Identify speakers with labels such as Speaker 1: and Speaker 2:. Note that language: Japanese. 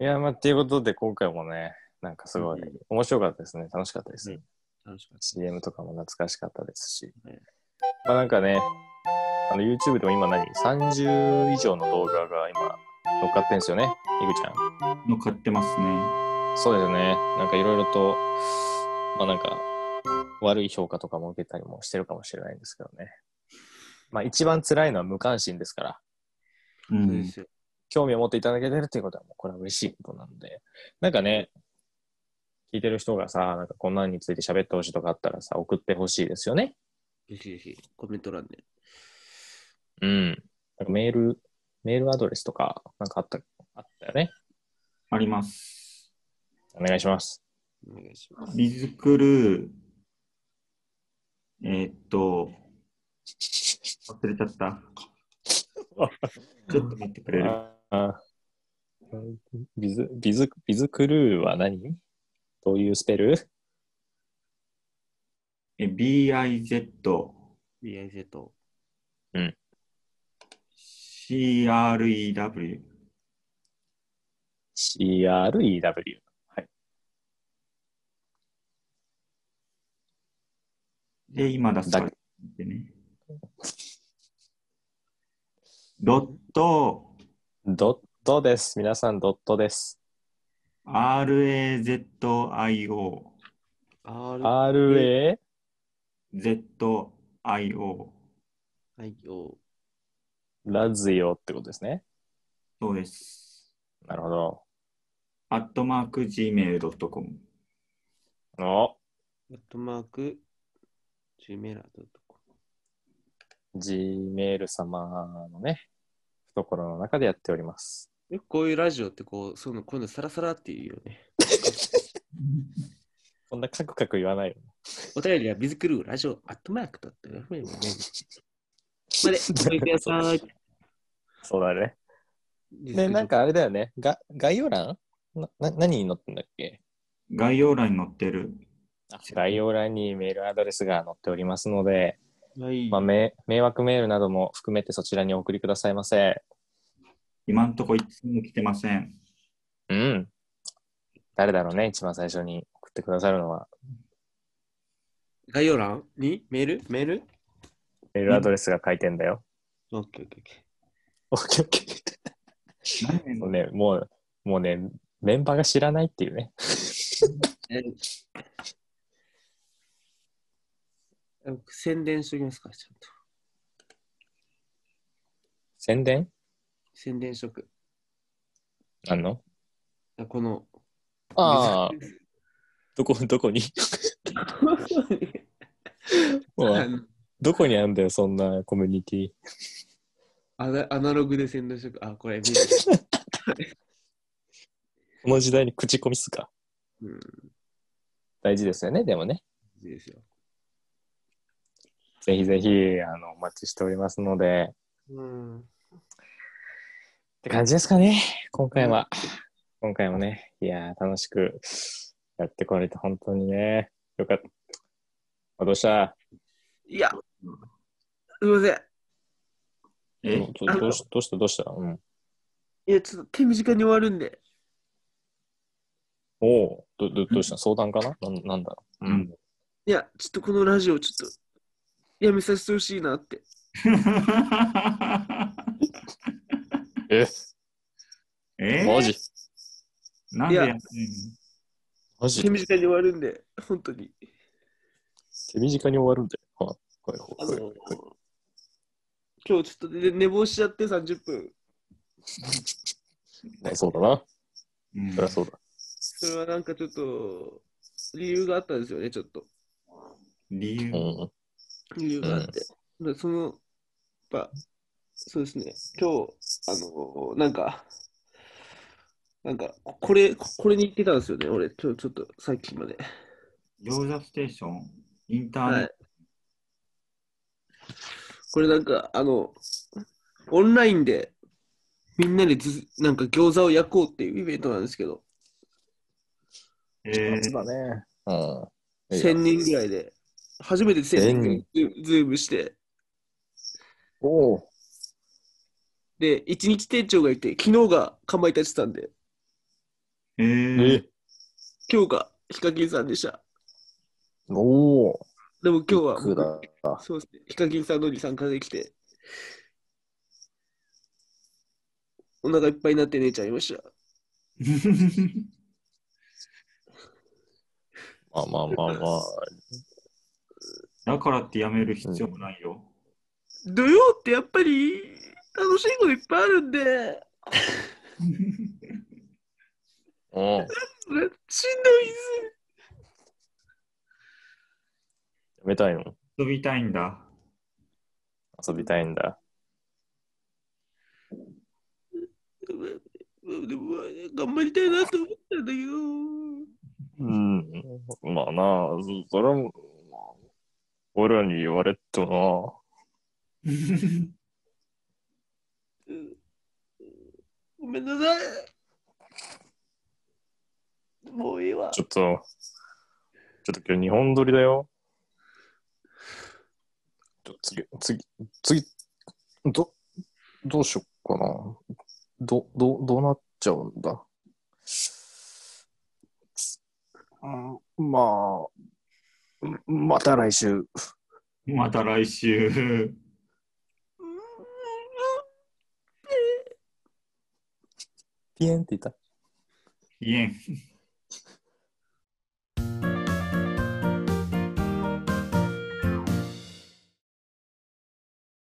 Speaker 1: いや、まあ、っていうことで、今回もね、なんかすごい
Speaker 2: うん
Speaker 1: 面白かったですね。楽しかったです。
Speaker 2: うん楽しかっ
Speaker 1: CM とかも懐かしかったですし。
Speaker 2: ね
Speaker 1: まあなんかね、あの YouTube でも今何 ?30 以上の動画が今乗っかってんですよね、いぐちゃん。
Speaker 2: た。乗っかってますね。
Speaker 1: そうですね。なんかいろいろと、まあなんか、悪い評価とかも受けたりもしてるかもしれないんですけどね。まあ一番辛いのは無関心ですから、
Speaker 2: う
Speaker 3: そうで
Speaker 2: ん。
Speaker 3: すよ。
Speaker 1: 興味を持っていただけてるっていうことはもうこれは嬉しいことなので、なんかね、聞いてる人がさ、なんかこんなんについて喋ってほしいとかあったらさ、送ってほしいですよね。
Speaker 3: ぜひぜひ、コメント欄で。
Speaker 1: うん。なんかメール、メールアドレスとか、なんかあった、あったよね。
Speaker 2: あります。
Speaker 1: お願いします。
Speaker 3: お願いします。
Speaker 2: リズクルー、えーっと、忘れちゃった。ちょっと待ってくれる。
Speaker 1: ああビズ、ビズ、ビズクルーは何どういうスペル
Speaker 2: え BIZ
Speaker 3: BIZ と。
Speaker 2: CREW
Speaker 1: ?CREW。
Speaker 2: で今出すからでね。ドット
Speaker 1: ドットです。皆さんドットです。
Speaker 2: RAZIO
Speaker 3: RIO。
Speaker 1: RA?
Speaker 2: ZIO
Speaker 1: ラジオってことですね。
Speaker 2: そうです。
Speaker 1: なるほど。
Speaker 2: アットマーク Gmail.com
Speaker 1: の、
Speaker 3: アットマーク、gmail.com。
Speaker 1: Gmail 様のね、懐の中でやっております。
Speaker 3: よくこういうラジオってこう、そういうの、こういうのサラサラっていうよね。
Speaker 1: こんなカクカク言わないよね。
Speaker 3: お便りはビズクルーラジオアットマークだったよ。これ、これ、おいてください。
Speaker 1: そうだね。で、なん、かあれだよね。が概要欄なな何に載ってんだっけ
Speaker 2: 概要欄に載ってる。
Speaker 1: 概要欄にメールアドレスが載っておりますので、
Speaker 3: はい
Speaker 1: まあ、め迷惑メールなども含めてそちらにお送りくださいませ。
Speaker 2: 今んとこ一つも来てませ ん。
Speaker 1: うん。誰だろうね、一番最初に送ってくださるのは。
Speaker 3: 概要欄にメールメール
Speaker 1: メールアドレスが書いてんだよ。
Speaker 3: オッケーオッケーオッケ
Speaker 1: オッケーオッケ
Speaker 2: 何年
Speaker 1: ー。もうね、もう、もうね、メンバーが知らないっていうね。
Speaker 3: ー。え僕宣伝しときますから、ちゃんと。
Speaker 1: 宣伝
Speaker 3: 宣伝しとく。
Speaker 1: なんの
Speaker 3: あこの、
Speaker 1: ああ。どこ、どこにもうどこにあんだよ、そんなコミュニティ。
Speaker 3: アナアナログで宣伝しとく。あ、これ、
Speaker 1: この時代に口コミっすか。
Speaker 3: うん、
Speaker 1: 大事ですよね、でもね。
Speaker 3: いいですよ。
Speaker 1: ぜひぜひ、あの、お待ちしておりますので。
Speaker 3: うん。
Speaker 1: って感じですかね、今回は。今回もね、いやー、楽しくやってこれて、本当にね、よかった。あどうした
Speaker 3: いや、すいません。
Speaker 1: ど
Speaker 2: え
Speaker 1: どどうしどうしたどうしたうん。
Speaker 3: いや、ちょっと手短に終わるんで。
Speaker 1: おおどどどうした相談かななんなんだろう、
Speaker 2: うん
Speaker 3: いや、ちょっとこのラジオ、ちょっと、やめさせてほしいなって。
Speaker 1: え、
Speaker 2: え
Speaker 1: マジ
Speaker 2: なんでやってんの
Speaker 1: マジ
Speaker 3: 手
Speaker 1: 手
Speaker 3: 短に終わるんで、本当に。
Speaker 1: 短に終わるんで。はい。はい
Speaker 3: あ
Speaker 1: はい
Speaker 3: の
Speaker 1: はい
Speaker 3: 今日ちょっとね寝坊しちゃって30分。
Speaker 1: まあそうだな。
Speaker 2: うん
Speaker 1: そりゃそうだ。
Speaker 3: それはなんかちょっと、理由があったんですよね、ちょっと。
Speaker 2: 理
Speaker 1: う
Speaker 2: 由。
Speaker 1: ん。
Speaker 3: 理由があって。でその、やっぱ、そうですね、今日、あのなんか、なんか、ここれ、ここれに行ってたんですよね、俺、今日ちょっと、さっきまで。
Speaker 2: 餃子ステーション、インターネ
Speaker 3: はい。
Speaker 2: ッ
Speaker 3: これなんか、あの、オンラインで、みんなでず、なんか餃子を焼こうっていうイベントなんですけど、
Speaker 2: ト。え
Speaker 1: そうだね。うん。
Speaker 3: 1000人ぐらいで、初めて1000人ズズームして、
Speaker 1: おお。
Speaker 3: で、1日店長がいて、昨日がかまいたちさんで、
Speaker 2: えー、
Speaker 3: 今日がヒカキンさんでした。
Speaker 1: おお。
Speaker 3: でも今日は
Speaker 1: クー
Speaker 3: 僕、
Speaker 1: だ。
Speaker 3: そうですね、ヒカキンさんのに参加できて、お腹いっぱいになって寝ちゃいました。
Speaker 1: まあまあまあまあ。
Speaker 2: だからってやめる必要もないよ。
Speaker 3: 土曜ってやっぱり楽しいこといっぱいあるんで、
Speaker 1: うん。
Speaker 3: それしんどいです。
Speaker 1: やめたいの
Speaker 2: 遊びたいんだ。
Speaker 1: 遊びたいんだ。
Speaker 3: でもまあ頑張りたいなと思ったんだけど、
Speaker 1: うん。まあなあ、それも、まあ俺らに言われっと
Speaker 3: ごめんなさい。もういいわ
Speaker 1: な。ち。ょっと、ちょっと今日日本撮りだよ。ちょ次、次、次、ど、どうしよっかな。ど、ど、どうなっちゃうんだ。うん、まあ、また来週。
Speaker 2: また来週。
Speaker 1: ピエンって言った。
Speaker 2: いえん。